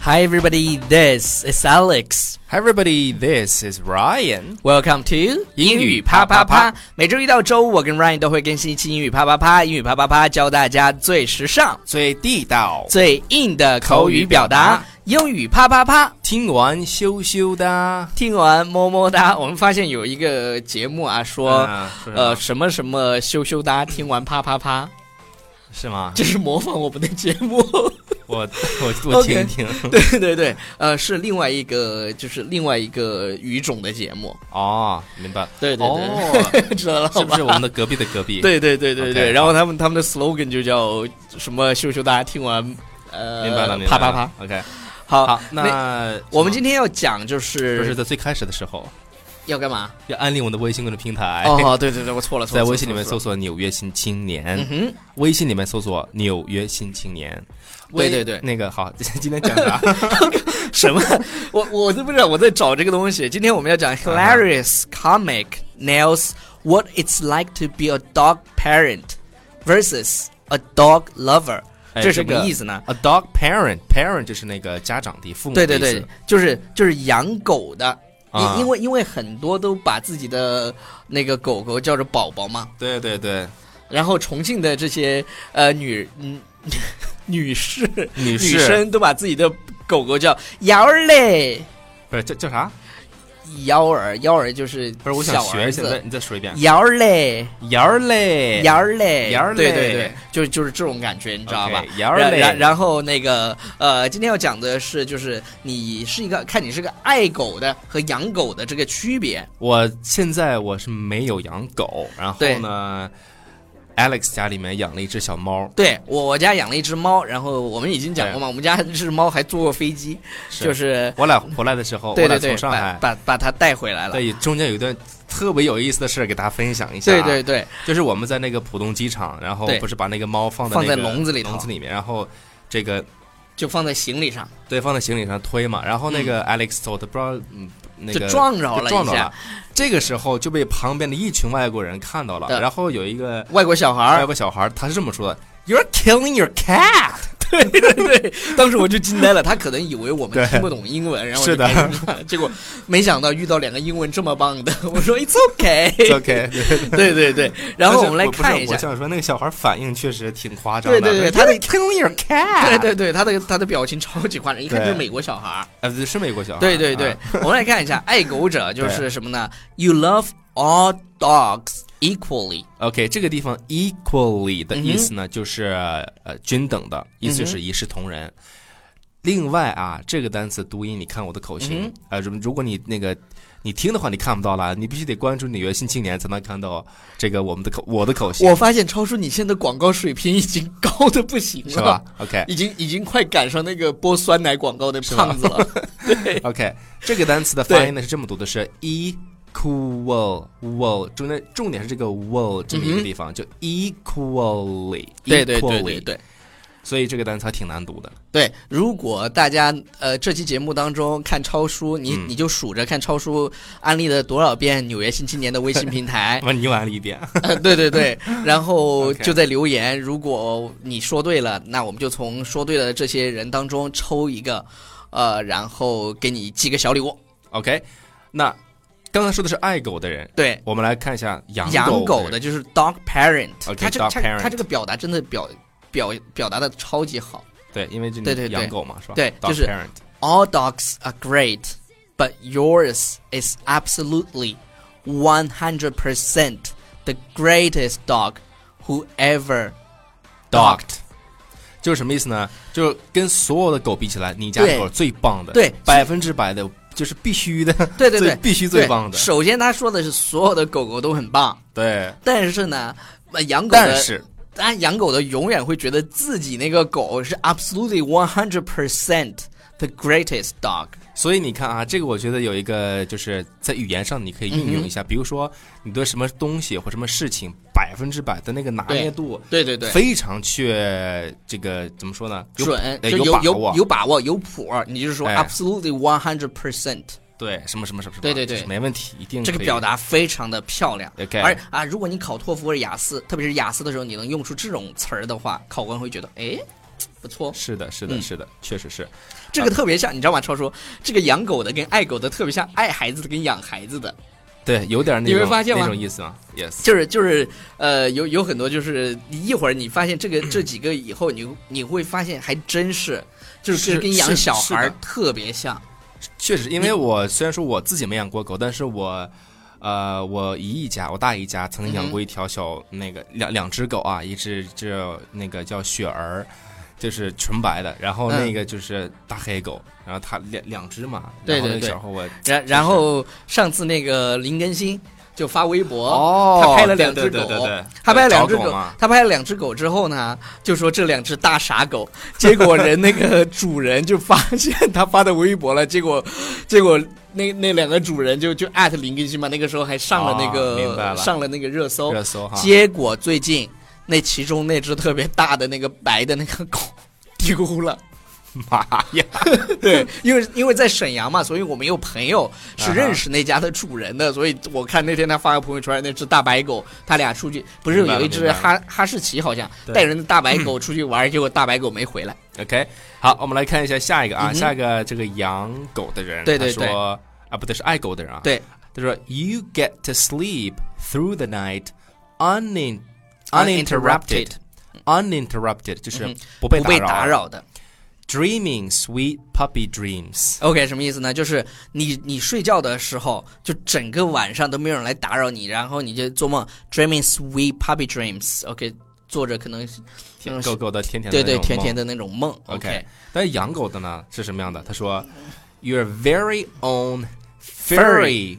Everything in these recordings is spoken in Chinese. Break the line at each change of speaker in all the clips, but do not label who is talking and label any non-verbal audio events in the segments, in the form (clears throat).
Hi everybody, this is Alex.
Hi everybody, this is Ryan.
Welcome to 英语啪啪啪。每周一到周五，我跟 Ryan 都会更新一期英语啪啪啪。英语啪啪啪教大家最时尚、
最地道，
最硬的口语表达。英语啪啪啪，
听完羞羞的。
听完么么哒。我们发现有一个节目啊，说、
嗯是
呃
吗
什么什么羞羞哒，听完啪啪啪，
是吗？
(laughs) 这是模仿我们的节目。
我我 (laughs) 我
OK
听听。
(laughs) 对对对，呃，是另外一个，就是另外一个语种的节目。
哦，明白。
对对对，
哦，
(laughs) 知道了吧
是不是我们的隔壁的隔壁？，
对对对对对
OK，
然后他们他们的 slogan 就叫什么“秀秀”，大家听完，呃，
明白了，明白
啪
了。
啪啪。。
OK，
好，
好，
那
那
我们今天要讲就
不是
是
在最开始的时候
要干嘛？
要安利我们的微信公众平台。 (laughs)
哦，对对对，我错了，错
在
了
微信里面，
错
搜
了
索“纽约新青
错了
年”，
嗯
微信里面搜索“纽约新青年”微。
对对对
那个好， (laughs) 今天讲
(laughs)
啥？
哼，什么？我我啊都不知道我在找这个东西。今天我们要讲 hilarious comic nails what it's like to be a dog parent versus a dog lover，
哎
这是什
这
么
个
意思呢？
A dog parent parent 就是那个家长的嗯父母的
对
意思。
对对，就是就是养狗的。
啊
因因为因为很多都把自己的那个狗狗叫着宝宝嘛，
对对对，
然后重庆的这些呃女嗯女士
女
女
士
生都把自己的狗狗叫幺儿嘞，
不是叫叫啥？
幺儿幺儿就是
不是，我想
小
学
儿
一下，你再
子，
你再说一遍。
幺儿嘞
芽儿嘞，
幺儿嘞
幺儿嘞
对对对，就就是这种感觉，你知道吧？
芽儿
然
嘞，
然然后那个呃，今天要讲的是，就是你是一个看你是个爱狗的和养狗的这个区别。
我现在我是没有养狗，然
对
后呢，Alex 家里面养了一只小猫，
对我我家养了一只猫，然后我们已经讲过嘛，我们家这只猫还坐过飞机，就是
我俩回来的时候，
对
我
对
俩
对，
从上
把
海，
把把它带回来了。
对，中间有一段特别有意思的事儿给大家分享一下。啊
对对，对，
就是我们在那个浦东机场，然后
对
不是把那个猫放
放
那
在
个
笼子里头
笼子里面，然后这个
就放在行李上，
对放在行李上推嘛，然后那个 Alex 走的不知道，嗯，那
就
个
撞着了
就撞
一
着
下
了。这个时候就被旁边的一群外国人看到
对
了，然后有一个
外国小孩
外
儿。
国小孩儿，他是这么说的：“You're killing your (laughs) cat。
对对对，当时我就惊呆了，他可能以为我们
对
听不懂英文，然后我
是
就
的
开始骂，结果没想到遇到两个英文这么棒的，我说 It's (laughs) okay，
”OK， (laughs)
(laughs) 对对对，然后我们来
但是不是
看一下
我，想说，那个小孩反应确实挺夸张
对
的。
对对，
就是
他的
killing your (laughs) cat。
(laughs) 对对对，他的他的表情超级夸张，一看
对
就是美国小孩儿。
呃，对是美国小孩。
对对对
啊，，
我们来看一下，爱狗者就是什么呢？You love all dogs equally。
OK，这个地方 equally 的
嗯哼
意思呢，就是呃均等的意思，就是一视同仁。另外啊，这个单词读音，你看我的口型
嗯
啊、呃如如果你那个你听的话，你看不到啦，你必须得关注《纽约新青年》才能看到这个我们的口我的口型
我，发现超叔你现在广告水平已经高的不行
是吧 (laughs)
了，
？OK
已经已经快赶上那个播酸奶广告的胖子 (laughs) 了。
(laughs) OK，这个单词的发音呢是这么读的，是 equal w 中间重点是这个 w 这么一
嗯
个
哼
地方，就 equally，
对对对
equally
对对
所以这个单词还挺难读的。
对，如果大家呃这期节目当中看超叔，你
嗯
你就数着看超叔安利了多少遍《纽约新青年》的微信
(laughs)
平台，
那你又来了一
(laughs)
遍。
呃对对对，
(laughs)
然后
OK
就在留言。如果你说对了，那我们就从说对了的这些人当中抽一个，呃，然后给你寄个小礼物。
OK，那刚才说的是爱狗的人，
对，
我们来看一下养
养狗
的
的
人。
就是 dog parent，
OK，
他这个
dog
他他
parent
这个表达真的表表表达的超级好。
对，因为这
对对对
养狗嘛，是吧？
对
Dog
就是
parent。
All dogs are great, but yours is absolutely 100% the greatest dog who ever dogged.
就是什么意思呢？就是跟所有的狗比起来，你家的
对
狗是最棒的，
对
百分之百的，就是必须的，
对对对
最必须最棒的
对，首先他说的是所有的狗狗都很棒，
对。
但是呢，呃养狗
但
的，
是，
但养狗的永远会觉得自己那个狗是 absolutely 100% the greatest dog。
所以你看啊，这个我觉得有一个就是在语言上你可以应用一
嗯
下，比如说你对什么东西或什么事情百分之百的那个拿捏度，
对对对。
非常确，这个怎么说呢？有
准
呃
就
有
有
把
有
握，
有把握有谱儿，你就是说
哎
absolutely one hundred percent，
对，什么什么什么什么，
对对对
这是没问题，一定
这个
嗯可以
表达非常的漂亮。
OK
而啊，如果你考托福或者雅思，特别是雅思的时候，你能用出这种词儿的话，考官会觉得，哎，不错，
是的，是的，
嗯
是的，确实是。
这个特别像，你知道吗？超叔，这个养狗的跟爱狗的特别像，爱孩子的跟养孩子的，
对，有点那
你会
种
发现吗
那种意思啊。Yes，
就是就是呃，有有很多就是你一会儿你发现这个
嗯
这几个以后你，你会发现还真是，就是
是
跟养
是
小
是
孩儿
的
特别像。
确实，因为我虽然说我自己没养过狗，但是我，呃，我姨姨家，我大姨家曾经养过一条小、那个两两只狗啊，一只叫那个叫雪儿，就是纯白的，然后
嗯
那个就是大黑狗，然后它两两只嘛，
对
然后
对
那个
对
小后我
然然后上次那个林更新就发微博，
哦
他拍了两只狗
对对对对对
他拍了两只
找
狗
狗嘛，
他拍了两只狗之后呢，就说这两只大傻狗， (laughs) 结果人那个主人就发现他发的微博了，结果结果那那两个主人就就艾特林更新嘛，那个时候还上了那
哦明白
个
了
上了那个热搜，
热搜哈，
结果最近那其中那只特别大的那个白的那个狗 (laughs) 丢了。
(laughs) 妈呀，
对， (laughs) 因为因为在沈阳嘛，所以我们有朋友是
啊哈
认识那家的主人的，所以我看那天他发个朋友圈，那只大白狗，他俩出去不是
明白了
有一只
明白
哈哈士奇，好像
对
带着那大白
(clears throat)
狗出去玩，结果大白狗没回来。
OK，好，我们来看一下下一个啊，
嗯哼
下一个这个养狗的人，
对对
他说啊，不对，是爱狗的人啊，
对，
他说 You get to sleep through the night unin
Uninterrupted
uninterrupted uninterrupted 就是
嗯
不被
不被打
扰
扰的。
，dreaming sweet puppy dreams，
OK，什么意思呢？就是你你睡觉的时候，就整个晚上都没有人来打扰你，然后你就做梦，dreaming sweet puppy dreams。OK，做着可能
甜
嗯
狗狗的甜甜的
对对
那种
甜
梦
甜的那种梦。
OK，但是养狗的呢是什么样的？他说，Your very own
Furry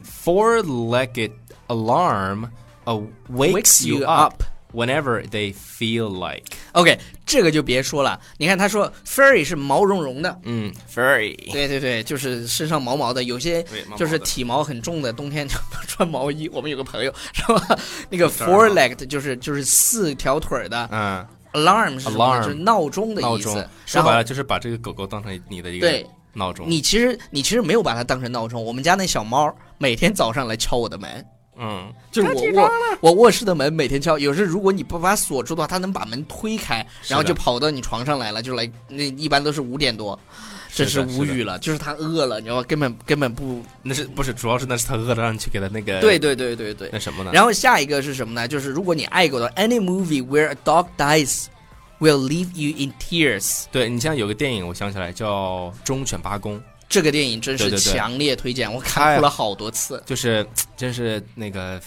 furry four-legged alarm uh, wakes
wakes you
you
up
up whenever they feel like。
OK，这个就别说了。你看他说 furry 是毛茸茸的，
嗯，furry，
对对对，就是身上毛毛的，有些
对毛毛的
就是体毛很重的，冬天就穿毛衣。 (laughs) 我们有个朋友，然后那个
这儿
four
啊
legged 就是就是四条腿儿的
嗯，
alarm 是什么呢
Alarm
就是闹钟的
闹
意
钟
思。
说
然后
白了就是把这个狗狗当成你的一个
对
闹钟。
你其实你其实没有把它当成闹钟，我们家那小猫每天早上来敲我的门。
嗯，
就是我卧我卧室的门每天敲，有时如果你不把它锁住的话，它能把门推开，
是的
然后就跑到你床上来了，就来那一般都是五点多，真
是
是
的
无语了，就是它饿了，你知道吗？根本根本不
那是不是主要是那是他饿了，让你去给他那个
对对对对对。
那什么呢？
然后下一个是什么呢？就是如果你爱狗的，any movie where a dog dies will leave you in tears。
对你像有个电影，我想起来叫《忠犬八公》，
这个电影真
对
是
对对
强烈推荐，我看
哎
哭
呀
了好多次。
就是真是那个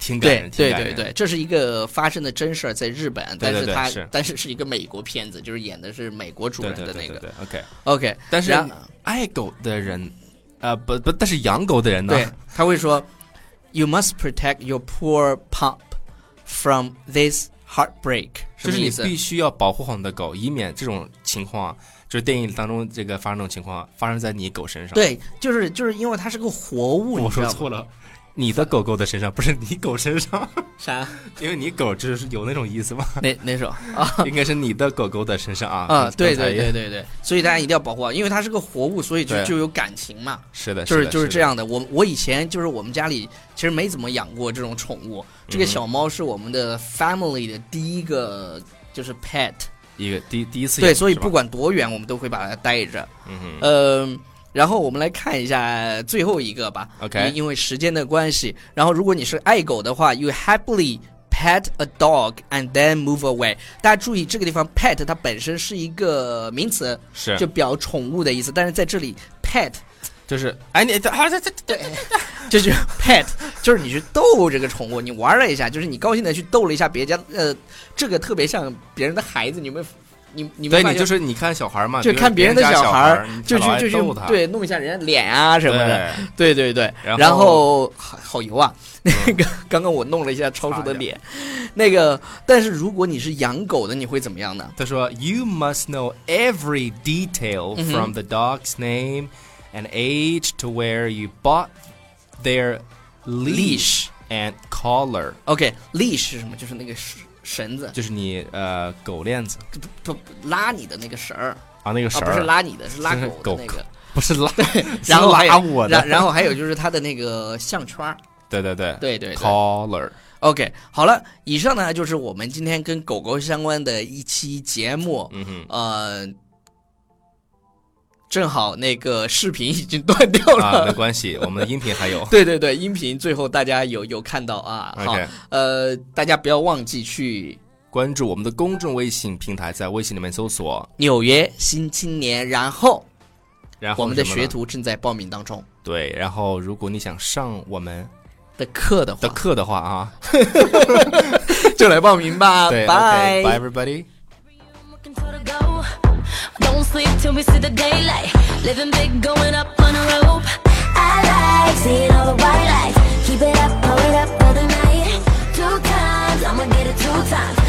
挺感
对
人，挺
对
感
对
人。
对，这是一个发生的真事儿，在日本，但
对对
它
是
但是是一个美国片子，就是演的是美国主
对
人
对
的
对
那个
对。对，OK。
OK，
但是
然
爱狗的人，呃，不不，但是养狗的人呢？
对，他会说，You must protect your poor pup from this heartbreak，
(laughs) 就
什么
是
意
你
思？
必须要保护好你的狗，以免这种情况，就是电影当中这个发生这种情况发生在你狗身上。，
对，就是就是因为它是个活物，
我
你知
说
道吗？
错了，你的狗狗的身上，不是你狗身上， (laughs)
(laughs) 啥？
因为你狗就是有那种意
(laughs)
思吗？
哪哪首啊？
应该是你的狗狗的身上啊。
啊，
刚
对
刚才
对对对对，所以大家一定要保护好，因为它是个活物，所以就
对
就有感情嘛。
呃是的，
就是
的
就是
是
这样的。我我以前就是我们家里其实没怎么养过这种宠物，这
嗯
个小猫是我们的 family 的第一个就是 pet，
的一个第第一次养
对，所以
是吧
不管多远我们都会把它带着。
嗯哼
嗯，然后我们来看一下最后一个吧。
OK
因因为时间的关系，然后如果你是爱狗的话，you happily pet a dog and then move away。大家注意这个地方，pet 它本身是一个名词，
是
就表宠物的意思，但是在这里 pet
就是哎你啊这这这
(laughs) 就是 pet，就是你去逗这个宠物，你玩了一下，就是你高兴的去逗了一下别家，呃，这个特别像别人的孩子，你有没有？你你没
对
发
你就
现
是你看小孩嘛，
就
比如
看别人的
家
小
小
孩
儿
儿，
你
就
老爱
去就
逗
去
他
对弄一下人家脸啊什么的，
对
对对对。
然
然
后嗯
后好好油啊，那个刚刚我弄了一下超叔的脸，那个但是如果你是养狗的，你会怎么样呢？
他说：“You must know every detail
嗯哼
from the dog's name and age to where you bought their leash and collar。
OK，leash 是什么？就是那个绳绳子”，
就是你呃狗链子
不不拉你的那个绳儿
啊，那个
啊，
绳
不是
儿、
拉你的，是拉
就是
狗
(laughs) 狗
的那个。
不是拉，
(laughs)
(laughs)
然 (laughs) 后
是
还有
拉我的
然，然后还有就是它的那个项圈儿，
对对对
对对对。 (laughs)
collar
OK，好了，以上呢就是我们今天跟狗狗相关的一期节目。
嗯哼，
呃，正好那个视频已经断掉了。。
啊，没关系，我们的音频还有
(laughs) 对对对，音频最后大家有有看到啊，好
OK，
呃，大家不要忘记去
关注我们的公众微信平台，在微信里面搜索，
纽约新青年，然后
然后
我们的
啊什么呢
学徒正在报名当中
对，然后如果你想上我们
的课的
的
(laughs) 话，
课的话啊，
就来报名吧，
对
拜。
，OK，Bye everybody。
I'm working till the go. Don't sleep till we see the daylight. Living big, going up on a rope.
I like seeing all the white lights. Keep it up, hold it up for the night. Two times, I'ma get it two times.